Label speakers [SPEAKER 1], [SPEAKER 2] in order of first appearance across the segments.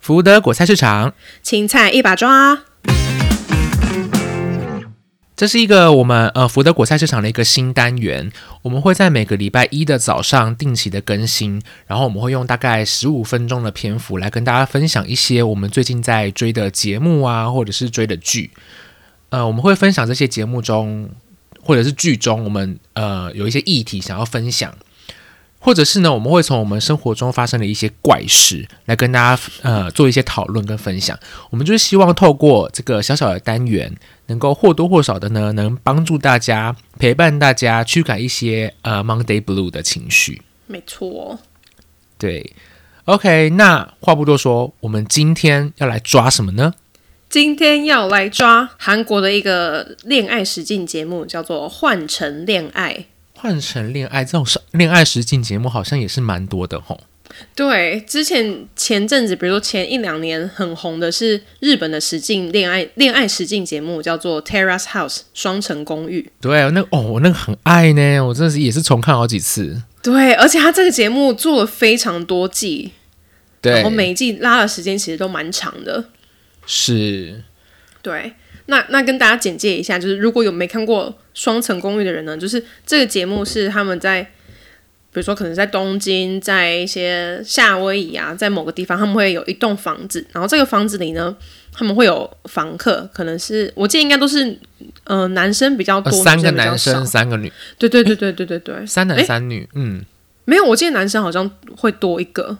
[SPEAKER 1] 福德果菜市场，
[SPEAKER 2] 青菜一把抓。
[SPEAKER 1] 这是一个我们呃福德果菜市场的一个新单元，我们会在每个礼拜一的早上定期的更新，然后我们会用大概十五分钟的篇幅来跟大家分享一些我们最近在追的节目啊，或者是追的剧。呃，我们会分享这些节目中或者是剧中我们呃有一些议题想要分享，或者是呢我们会从我们生活中发生的一些怪事来跟大家呃做一些讨论跟分享。我们就是希望透过这个小小的单元，能够或多或少的呢，能帮助大家陪伴大家驱赶一些呃 Monday Blue 的情绪。
[SPEAKER 2] 没错，
[SPEAKER 1] 对，OK，那话不多说，我们今天要来抓什么呢？
[SPEAKER 2] 今天要来抓韩国的一个恋爱实境节目，叫做《换乘恋爱》。
[SPEAKER 1] 换成恋爱这种是恋爱实境节目，好像也是蛮多的吼。
[SPEAKER 2] 对，之前前阵子，比如说前一两年很红的是日本的实境恋爱恋爱实境节目，叫做《Terrace House》双层公寓。
[SPEAKER 1] 对，那哦，我那个很爱呢，我真的是也是重看好几次。
[SPEAKER 2] 对，而且他这个节目做了非常多季，
[SPEAKER 1] 对
[SPEAKER 2] 然后，每一季拉的时间其实都蛮长的。
[SPEAKER 1] 是，
[SPEAKER 2] 对，那那跟大家简介一下，就是如果有没看过《双层公寓》的人呢，就是这个节目是他们在，比如说可能在东京，在一些夏威夷啊，在某个地方，他们会有一栋房子，然后这个房子里呢，他们会有房客，可能是我记得应该都是，呃，男生比较
[SPEAKER 1] 呃
[SPEAKER 2] 多，
[SPEAKER 1] 三个
[SPEAKER 2] 女比较
[SPEAKER 1] 男生，
[SPEAKER 2] 少，
[SPEAKER 1] 三个女，
[SPEAKER 2] 对对对对对对对，
[SPEAKER 1] 三男
[SPEAKER 2] 诶
[SPEAKER 1] 三女，嗯，
[SPEAKER 2] 没有，我记得男生好像会多一个，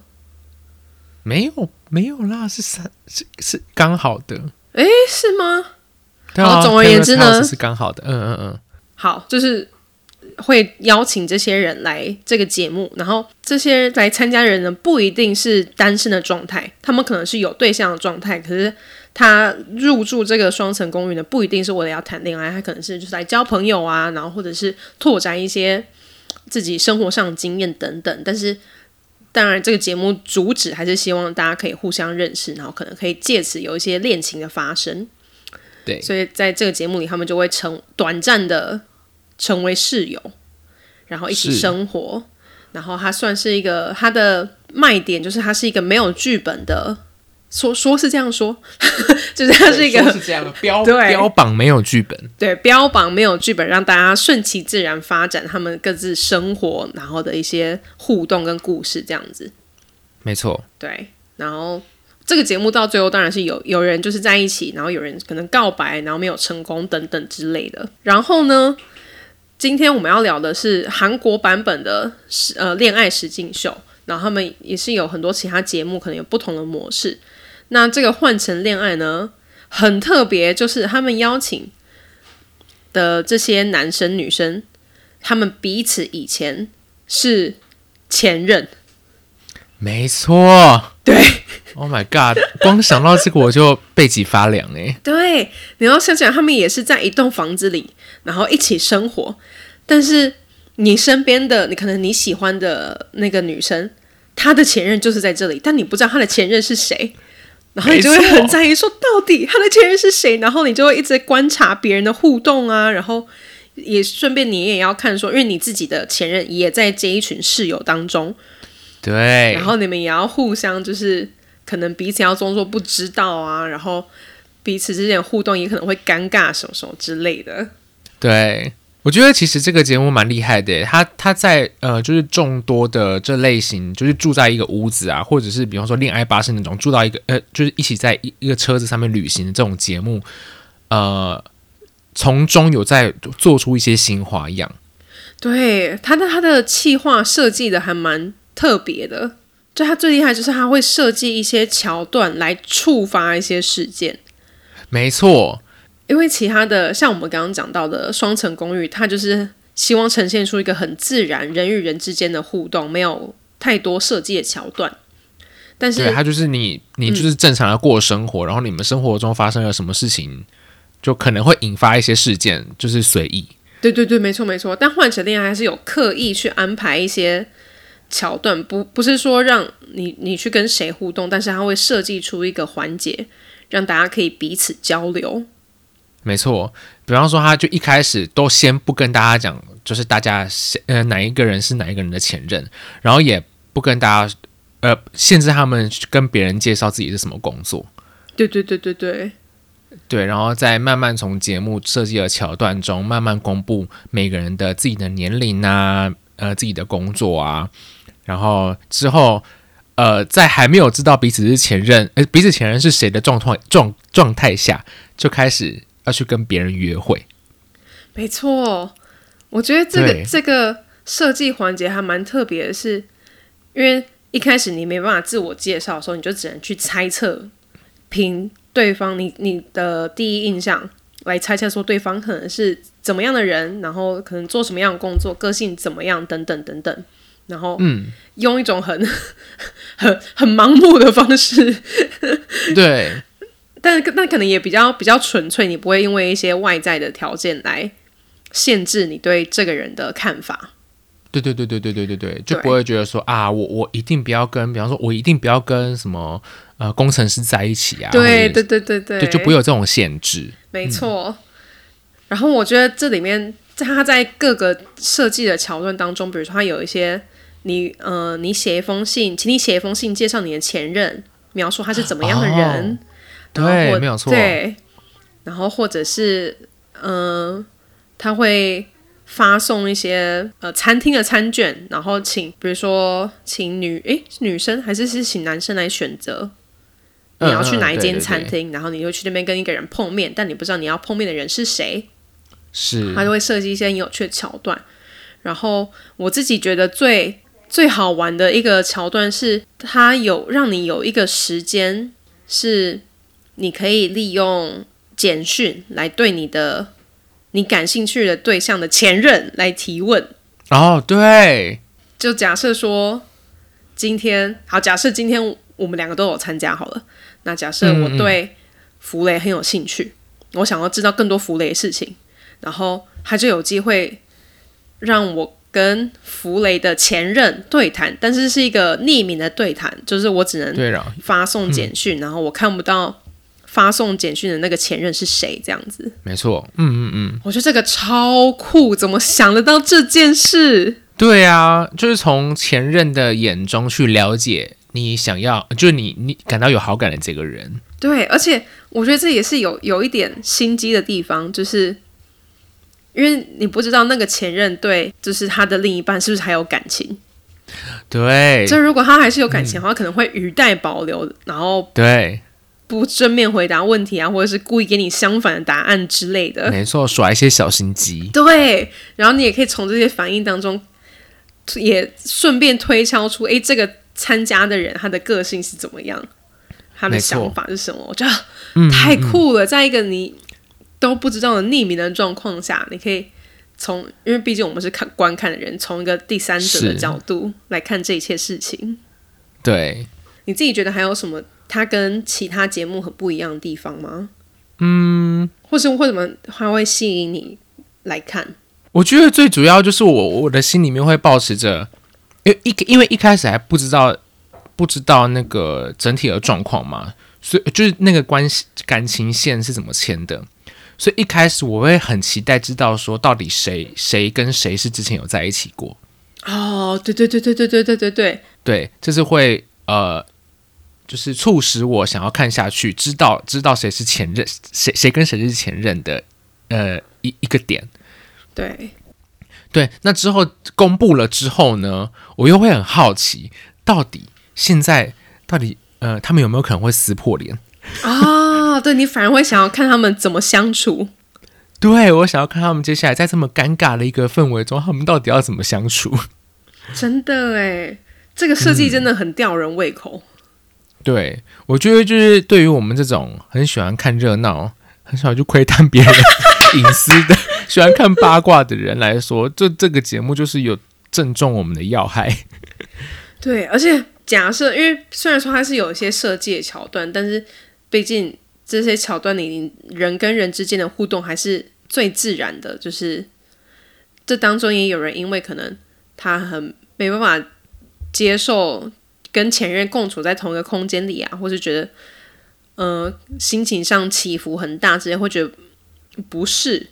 [SPEAKER 1] 没有没有啦，是三是是刚好的。
[SPEAKER 2] 诶，是吗？
[SPEAKER 1] 对
[SPEAKER 2] 好
[SPEAKER 1] 啊，
[SPEAKER 2] 哦总而言之呢
[SPEAKER 1] Terrace House 是刚好的，嗯嗯嗯，
[SPEAKER 2] 好，就是会邀请这些人来这个节目，然后这些来参加人呢，不一定是单身的状态，他们可能是有对象的状态，可是他入住这个双层公寓呢，不一定是为了要谈恋爱，他可能是就是来交朋友啊，然后或者是拓展一些自己生活上的经验等等，但是。当然，这个节目主旨还是希望大家可以互相认识，然后可能可以借此有一些恋情的发生。
[SPEAKER 1] 对，
[SPEAKER 2] 所以在这个节目里，他们就会成短暂的成为室友，然后一起
[SPEAKER 1] 是
[SPEAKER 2] 生活。然后它算是一个它的卖点，就是它是一个没有剧本的，说说是这样说， 就是它是一个
[SPEAKER 1] 是这样标
[SPEAKER 2] 对
[SPEAKER 1] 标榜没有剧本，
[SPEAKER 2] 对标榜没有剧本，让大家顺其自然发展他们各自生活，然后的一些互动跟故事这样子。
[SPEAKER 1] 没错，
[SPEAKER 2] 对，然后这个节目到最后当然是有有人就是在一起，然后有人可能告白，然后没有成功等等之类的。然后呢，今天我们要聊的是韩国版本的实呃恋爱实境秀，然后他们也是有很多其他节目，可能有不同的模式。那这个换成恋爱呢，很特别，就是他们邀请的这些男生女生，他们彼此以前是前任，
[SPEAKER 1] 没错。
[SPEAKER 2] 对，
[SPEAKER 1] Oh my god！光想到这个我就背脊发凉哎、
[SPEAKER 2] 对，你要想想，他们也是在一栋房子里，然后一起生活。但是你身边的，你可能你喜欢的那个女生，她的前任就是在这里，但你不知道她的前任是谁，然后你就会
[SPEAKER 1] 没错
[SPEAKER 2] 很在意，说到底她的前任是谁？然后你就会一直观察别人的互动啊，然后也顺便你也要看说，因为你自己的前任也在这一群室友当中，
[SPEAKER 1] 对，
[SPEAKER 2] 然后你们也要互相就是可能彼此要装作不知道啊，然后彼此之间的互动也可能会尴尬什么什么之类的。
[SPEAKER 1] 对，我觉得其实这个节目蛮厉害的。欸它它在呃，就是众多的这类型，就是住在一个屋子啊，或者是比方说恋爱巴士那种，住到一个呃，就是一起在一一个车子上面旅行的这种节目，呃，从中有在做出一些新花样。
[SPEAKER 2] 对，他的他的企划设计的还蛮特别的，就他最厉害就是他会设计一些桥段来触发一些事件。
[SPEAKER 1] 没错，
[SPEAKER 2] 因为其他的像我们刚刚讲到的双层公寓，它就是希望呈现出一个很自然人与人之间的互动，没有太多设计的桥段。但是
[SPEAKER 1] 对，它就是你你就是正常的过生活，然后你们生活中发生了什么事情，就可能会引发一些事件，就是随意。
[SPEAKER 2] 对对对，没错没错。但换成恋爱还是有刻意去安排一些桥段，不不是说让你你去跟谁互动，但是他会设计出一个环节，让大家可以彼此交流。
[SPEAKER 1] 没错，比方说，他就一开始都先不跟大家讲，就是大家谁呃哪一个人是哪一个人的前任，然后也不跟大家呃限制他们跟别人介绍自己是什么工作。
[SPEAKER 2] 对对对对对，
[SPEAKER 1] 对，然后再慢慢从节目设计的桥段中，慢慢公布每个人的自己的年龄啊，呃，自己的工作啊，然后之后，呃，在还没有知道彼此是前任，呃，彼此前任是谁的状况状状态下，就开始要去跟别人约 会。
[SPEAKER 2] 没错，我觉得这个
[SPEAKER 1] 对
[SPEAKER 2] 这个设计环节还蛮特别的是，因为一开始你没办法自我介绍的时候，你就只能去猜测，凭对方你你的第一印象来猜测说对方可能是怎么样的人，然后可能做什么样的工作，个性怎么样等等等等，然后嗯，用一种很 很 很盲目的方式
[SPEAKER 1] 对，
[SPEAKER 2] 但那可能也比较比较纯粹，你不会因为一些外在的条件来限制你对这个人的看法。
[SPEAKER 1] 对对对对对对对对，就不会觉得说啊，我我一定不要跟，比方说我一定不要跟什么呃工程师在一起啊，
[SPEAKER 2] 对
[SPEAKER 1] 或者
[SPEAKER 2] 对对对对，
[SPEAKER 1] 对，就不会嗯有这种限制。
[SPEAKER 2] 没错。然后我觉得这里面，在他在各个设计的桥段当中，比如说他有一些你呃，你写一封信，请你写一封信介绍你的前任，描述他是怎么样的
[SPEAKER 1] 哦
[SPEAKER 2] 人，然后
[SPEAKER 1] 对
[SPEAKER 2] 或
[SPEAKER 1] 没有错
[SPEAKER 2] 对，然后或者是嗯、呃他会发送一些呃餐厅的餐券，然后请比如说请女诶是女生还是是请男生来选择，你要
[SPEAKER 1] 嗯
[SPEAKER 2] 去
[SPEAKER 1] 嗯
[SPEAKER 2] 哪一
[SPEAKER 1] 对
[SPEAKER 2] 间
[SPEAKER 1] 对
[SPEAKER 2] 餐
[SPEAKER 1] 对
[SPEAKER 2] 厅，然后你就去那边跟一个人碰面，但你不知道你要碰面的人是谁，
[SPEAKER 1] 是
[SPEAKER 2] 他就会设计一些很有趣的桥段。然后我自己觉得最最好玩的一个桥段是，它有让你有一个时间是你可以利用简讯来对你的你感兴趣的对象的前任来提问。
[SPEAKER 1] 哦，对，
[SPEAKER 2] 就假设说今天好，假设今天我们两个都有参加好了。那假设我对弗雷很有兴趣，我想要知道更多弗雷的事情，然后他就有机会让我跟弗雷的前任对谈，但是是一个匿名的对谈，就是我只能
[SPEAKER 1] 对了，
[SPEAKER 2] 发送简讯，然后我看不到发送简讯的那个前任是谁，这样子。
[SPEAKER 1] 没错，嗯嗯嗯，
[SPEAKER 2] 我觉得这个超酷，怎么想得到这件事？
[SPEAKER 1] 对啊，就是从前任的眼中去了解你想要，就是你你感到有好感的这个人，
[SPEAKER 2] 对，而且我觉得这也是有有一点心机的地方，就是因为你不知道那个前任对，就是他的另一半是不是还有感情。
[SPEAKER 1] 对
[SPEAKER 2] 就如果他还是有感情的话，可能会语带保留，然后
[SPEAKER 1] 对，
[SPEAKER 2] 不正面回答问题啊，或者是故意给你相反的答案之类的。
[SPEAKER 1] 没错，耍一些小心机，
[SPEAKER 2] 对，然后你也可以从这些反应当中，也顺便推敲出，哎诶，这个参加的人他的个性是怎么样，他的
[SPEAKER 1] 没错
[SPEAKER 2] 想法是什么？我觉得啊太酷了，在一个你都不知道的匿名的状况下，你可以从，因为毕竟我们是看观看的人，从一个第三者的
[SPEAKER 1] 是
[SPEAKER 2] 角度来看这一切事情。
[SPEAKER 1] 对，
[SPEAKER 2] 你自己觉得还有什么它跟其他节目很不一样的地方吗？嗯，或是为什么它会吸引你来看？
[SPEAKER 1] 我觉得最主要就是我我的心里面会保持着，因为一因为一开始还不知道不知道那个整体的状况嘛，所以就是那个关系感情线是怎么牵的，所以一开始我会很期待知道说到底谁谁跟谁是之前有在一起过，
[SPEAKER 2] 哦，对对对对对对对对对，
[SPEAKER 1] 对，这是会呃，就是促使我想要看下去，知道知道谁是前任，谁谁跟谁是前任的呃一一个点。
[SPEAKER 2] 对，
[SPEAKER 1] 对，那之后公布了之后呢，我又会很好奇，到底现在到底呃他们有没有可能会撕破脸？
[SPEAKER 2] 啊、对你反而会想要看他们怎么相处。
[SPEAKER 1] 对我想要看他们接下来在这么尴尬的一个氛围中，他们到底要怎么相处？
[SPEAKER 2] 真的哎，这个设计真的很吊人胃口。
[SPEAKER 1] 对，我觉得就是对于我们这种很喜欢看热闹、很少去窥探别人隐私 的、喜欢看八卦的人来说，这这个节目就是有正中我们的要害。
[SPEAKER 2] 对，而且假设，因为虽然说它是有一些设计的桥段，但是毕竟这些桥段里人跟人之间的互动还是最自然的，就是这当中也有人因为可能他很没办法接受跟前任共处在同一个空间里啊，或是觉得呃心情上起伏很大之类，会觉得不适。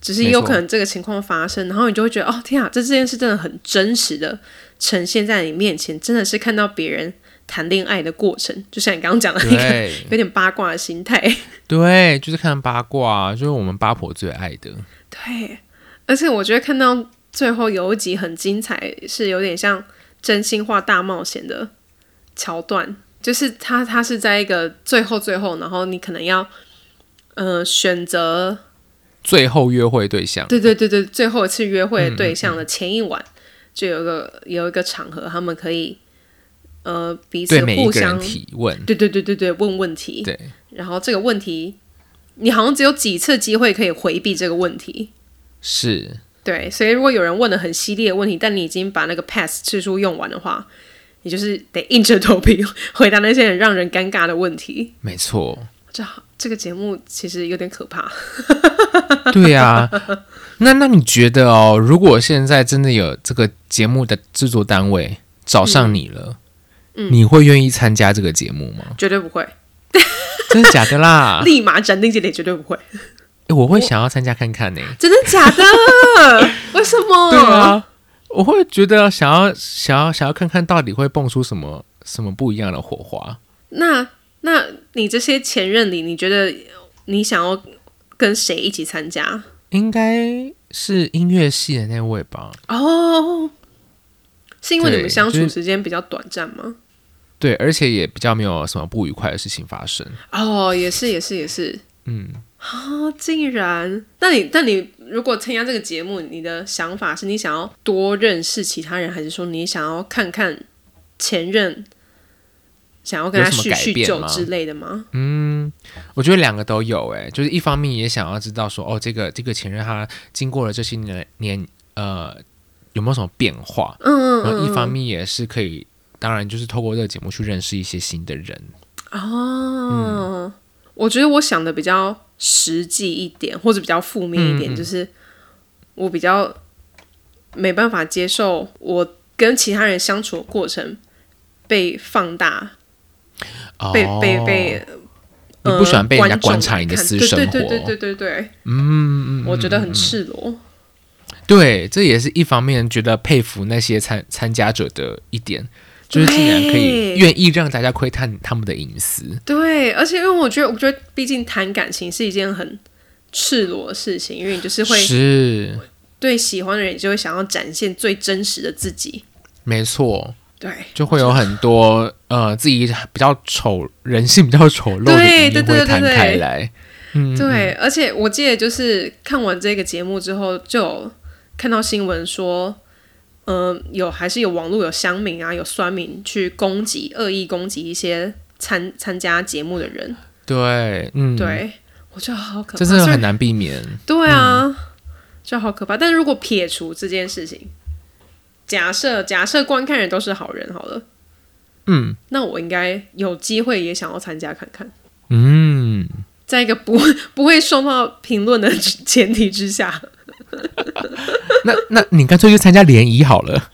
[SPEAKER 2] 只是也有
[SPEAKER 1] 没错
[SPEAKER 2] 可能这个情况发生，然后你就会觉得哦天啊，这这件事真的很真实的，呈现在你面前，真的是看到别人谈恋爱的过程，就像你刚刚讲的那个
[SPEAKER 1] 对
[SPEAKER 2] 有点八卦的心态。
[SPEAKER 1] 对，就是看八卦，啊就是我们八婆最爱的。
[SPEAKER 2] 对，而且我觉得看到最后有一集很精彩，是有点像真心话大冒险的桥段，就是他他是在一个最后最后，然后你可能要呃选择
[SPEAKER 1] 最后约会对象，
[SPEAKER 2] 对对对对，最后一次约会的对象的前一晚，就有一个有一个场合，他们可以呃彼此
[SPEAKER 1] 对每一
[SPEAKER 2] 互
[SPEAKER 1] 个人
[SPEAKER 2] 相，
[SPEAKER 1] 提问，
[SPEAKER 2] 对对对对对，问问题。
[SPEAKER 1] 对，
[SPEAKER 2] 然后这个问题，你好像只有几次机会可以回避这个问题。
[SPEAKER 1] 是
[SPEAKER 2] 对，所以如果有人问的很犀利的问题，但你已经把那个 pass 次数用完的话，你就是得硬着头皮回答那些很让人尴尬的问题。
[SPEAKER 1] 没错，
[SPEAKER 2] 这这个节目其实有点可怕。
[SPEAKER 1] 哦对 啊。那那你觉得哦，如果现在真的有这个节目的制作单位找
[SPEAKER 2] 嗯
[SPEAKER 1] 上你了，你会愿意参加这个节目 吗？
[SPEAKER 2] 绝对不会，
[SPEAKER 1] 真的假的 啦？
[SPEAKER 2] 立马斩钉截铁，绝对不会。
[SPEAKER 1] 诶我会想要参加看看呢、
[SPEAKER 2] 真的 假的？为什么？
[SPEAKER 1] 对啊，我会觉得想要想要想要看看到底会蹦出什么什么不一样的火花。
[SPEAKER 2] 那那你这些前任里，你觉得你想要跟谁一起参加？
[SPEAKER 1] 应该是音乐系的那位吧？
[SPEAKER 2] 哦，是因为你
[SPEAKER 1] 对
[SPEAKER 2] 们相
[SPEAKER 1] 就
[SPEAKER 2] 处
[SPEAKER 1] 是
[SPEAKER 2] 时间比较短暂吗？
[SPEAKER 1] 对，而且也比较没有什么不愉快的事情发生。
[SPEAKER 2] 哦，也是，也是，也是。
[SPEAKER 1] 嗯，
[SPEAKER 2] 哦，竟然！那你，那你如果参加这个节目，你的想法是你想要多认识其他人，还是说你想要看看前任，想要跟他
[SPEAKER 1] 有什么
[SPEAKER 2] 叙
[SPEAKER 1] 改
[SPEAKER 2] 叙
[SPEAKER 1] 变
[SPEAKER 2] 旧
[SPEAKER 1] 吗
[SPEAKER 2] 之类的吗？
[SPEAKER 1] 我觉得两个都有诶、就是一方面也想要知道说，哦，这个这个前任他经过了这些年年呃有没有什么变化，
[SPEAKER 2] 嗯嗯
[SPEAKER 1] 然后
[SPEAKER 2] 嗯
[SPEAKER 1] 一方面也是可以，当然就是透过这个节目去认识一些新的人。嗯
[SPEAKER 2] 哦，我觉得我想的比较实际一点，或者比较负面一点，
[SPEAKER 1] 嗯嗯
[SPEAKER 2] 就是我比较没办法接受我跟其他人相处的过程被放大，
[SPEAKER 1] 哦，
[SPEAKER 2] 被被被。
[SPEAKER 1] 你
[SPEAKER 2] 呃
[SPEAKER 1] 不喜欢被人家
[SPEAKER 2] 观众
[SPEAKER 1] 观察你的
[SPEAKER 2] 看
[SPEAKER 1] 私
[SPEAKER 2] 对
[SPEAKER 1] 生活
[SPEAKER 2] 对对对对对对，
[SPEAKER 1] 嗯嗯嗯，
[SPEAKER 2] 我觉得
[SPEAKER 1] 嗯
[SPEAKER 2] 很赤裸。
[SPEAKER 1] 对，这也是一方面觉得佩服那些参参加者的一点，就是竟然可以
[SPEAKER 2] 对
[SPEAKER 1] 愿意让大家窥探他们的隐私。
[SPEAKER 2] 对，而且因为我觉得，我觉得毕竟谈感情是一件很赤裸的事情，因为你就是会
[SPEAKER 1] 是，
[SPEAKER 2] 对喜欢的人，你就会想要展现最真实的自己。
[SPEAKER 1] 没错，
[SPEAKER 2] 对，
[SPEAKER 1] 就会有很多呃自己比较丑、人性比较丑陋的
[SPEAKER 2] 对
[SPEAKER 1] 一面
[SPEAKER 2] 对
[SPEAKER 1] 会
[SPEAKER 2] 对对
[SPEAKER 1] 摊
[SPEAKER 2] 对
[SPEAKER 1] 开来。嗯，
[SPEAKER 2] 对，而且我记得就是看完这个节目之后，就有看到新闻说，嗯、有还是有网络有乡民啊，有酸民去攻击、恶意攻击一些参参加节目的人。
[SPEAKER 1] 对，嗯，，
[SPEAKER 2] 对，我觉得好可怕，
[SPEAKER 1] 这真的
[SPEAKER 2] 虽
[SPEAKER 1] 很嗯
[SPEAKER 2] 然
[SPEAKER 1] 难避免。
[SPEAKER 2] 对啊，就好可怕。但如果撇除这件事情，假设假设观看人都是好人好了，
[SPEAKER 1] 嗯
[SPEAKER 2] 那我应该有机会也想要参加看看。
[SPEAKER 1] 嗯，
[SPEAKER 2] 在一个不 不会受到评论的前提之下，
[SPEAKER 1] 那那你干脆去参加联谊好了。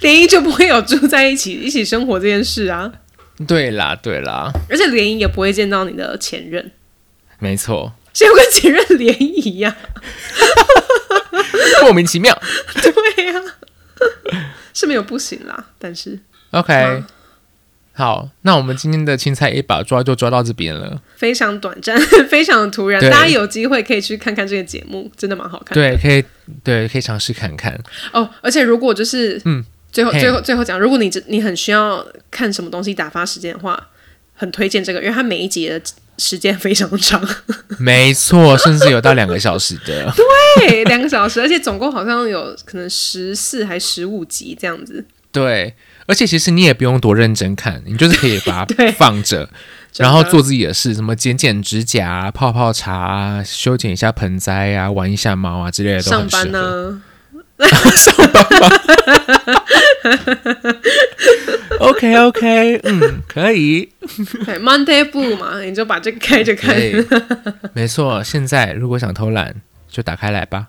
[SPEAKER 2] 联谊就不会有住在一起、 一起生活这件事啊，
[SPEAKER 1] 对啦，对啦，
[SPEAKER 2] 而且联谊也不会见到你的前任，
[SPEAKER 1] 没错，
[SPEAKER 2] 谁会跟前任联谊呀？
[SPEAKER 1] 莫名其妙。
[SPEAKER 2] 对呀、 是没有不行啦，但是
[SPEAKER 1] OK，好，那我们今天的青菜一把抓就抓到这边了。
[SPEAKER 2] 非常短暂， 非常突然。
[SPEAKER 1] 对
[SPEAKER 2] 大家有机会可以去看看这个节目，真的蛮好看
[SPEAKER 1] 对，可以，对，可以尝试看看。
[SPEAKER 2] 哦。而且如果就是
[SPEAKER 1] 嗯，
[SPEAKER 2] 最后
[SPEAKER 1] 嘿
[SPEAKER 2] 最后最后讲，如果你这你很需要看什么东西打发时间的话，很推荐这个，因为它每一集的时间非常长。
[SPEAKER 1] 没错，甚至有到两个小时的。
[SPEAKER 2] 对，两个小时，而且总共好像有可能十四还十五集这样子。
[SPEAKER 1] 对，而且其实你也不用多认真看，你就是可以把它
[SPEAKER 2] 对
[SPEAKER 1] 放着，
[SPEAKER 2] 真的
[SPEAKER 1] 然后做自己的事，什么剪剪指甲啊、泡泡茶啊、修剪一下盆栽啊、玩一下猫啊之类的都
[SPEAKER 2] 上
[SPEAKER 1] 很适合。
[SPEAKER 2] 班 啊呢、
[SPEAKER 1] OK OK，嗯，可 以。
[SPEAKER 2] 对，Monday Blue 嘛，你就把这个开着看。
[SPEAKER 1] 对，没错。现在如果想偷懒，就打开来吧。